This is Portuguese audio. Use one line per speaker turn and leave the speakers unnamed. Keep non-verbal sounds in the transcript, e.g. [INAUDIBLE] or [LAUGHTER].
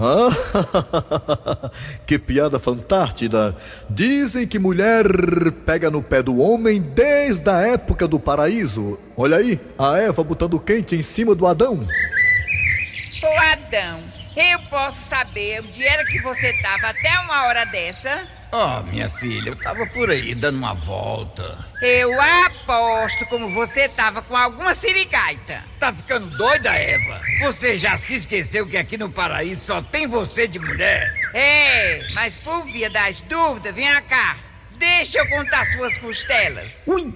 Ah, [LAUGHS] que piada fantástica! Dizem que mulher pega no pé do homem desde a época do paraíso. Olha aí, a Eva botando quente em cima do Adão.
Ô Adão, eu posso saber onde era que você estava até uma hora dessa?
Ó, minha filha, eu tava por aí dando uma volta.
Eu aposto como você tava com alguma siricaita.
Tá ficando doida, Eva? Você já se esqueceu que aqui no paraíso só tem você de mulher?
É, mas por via das dúvidas, vem cá. Deixa eu contar suas costelas.
Ui!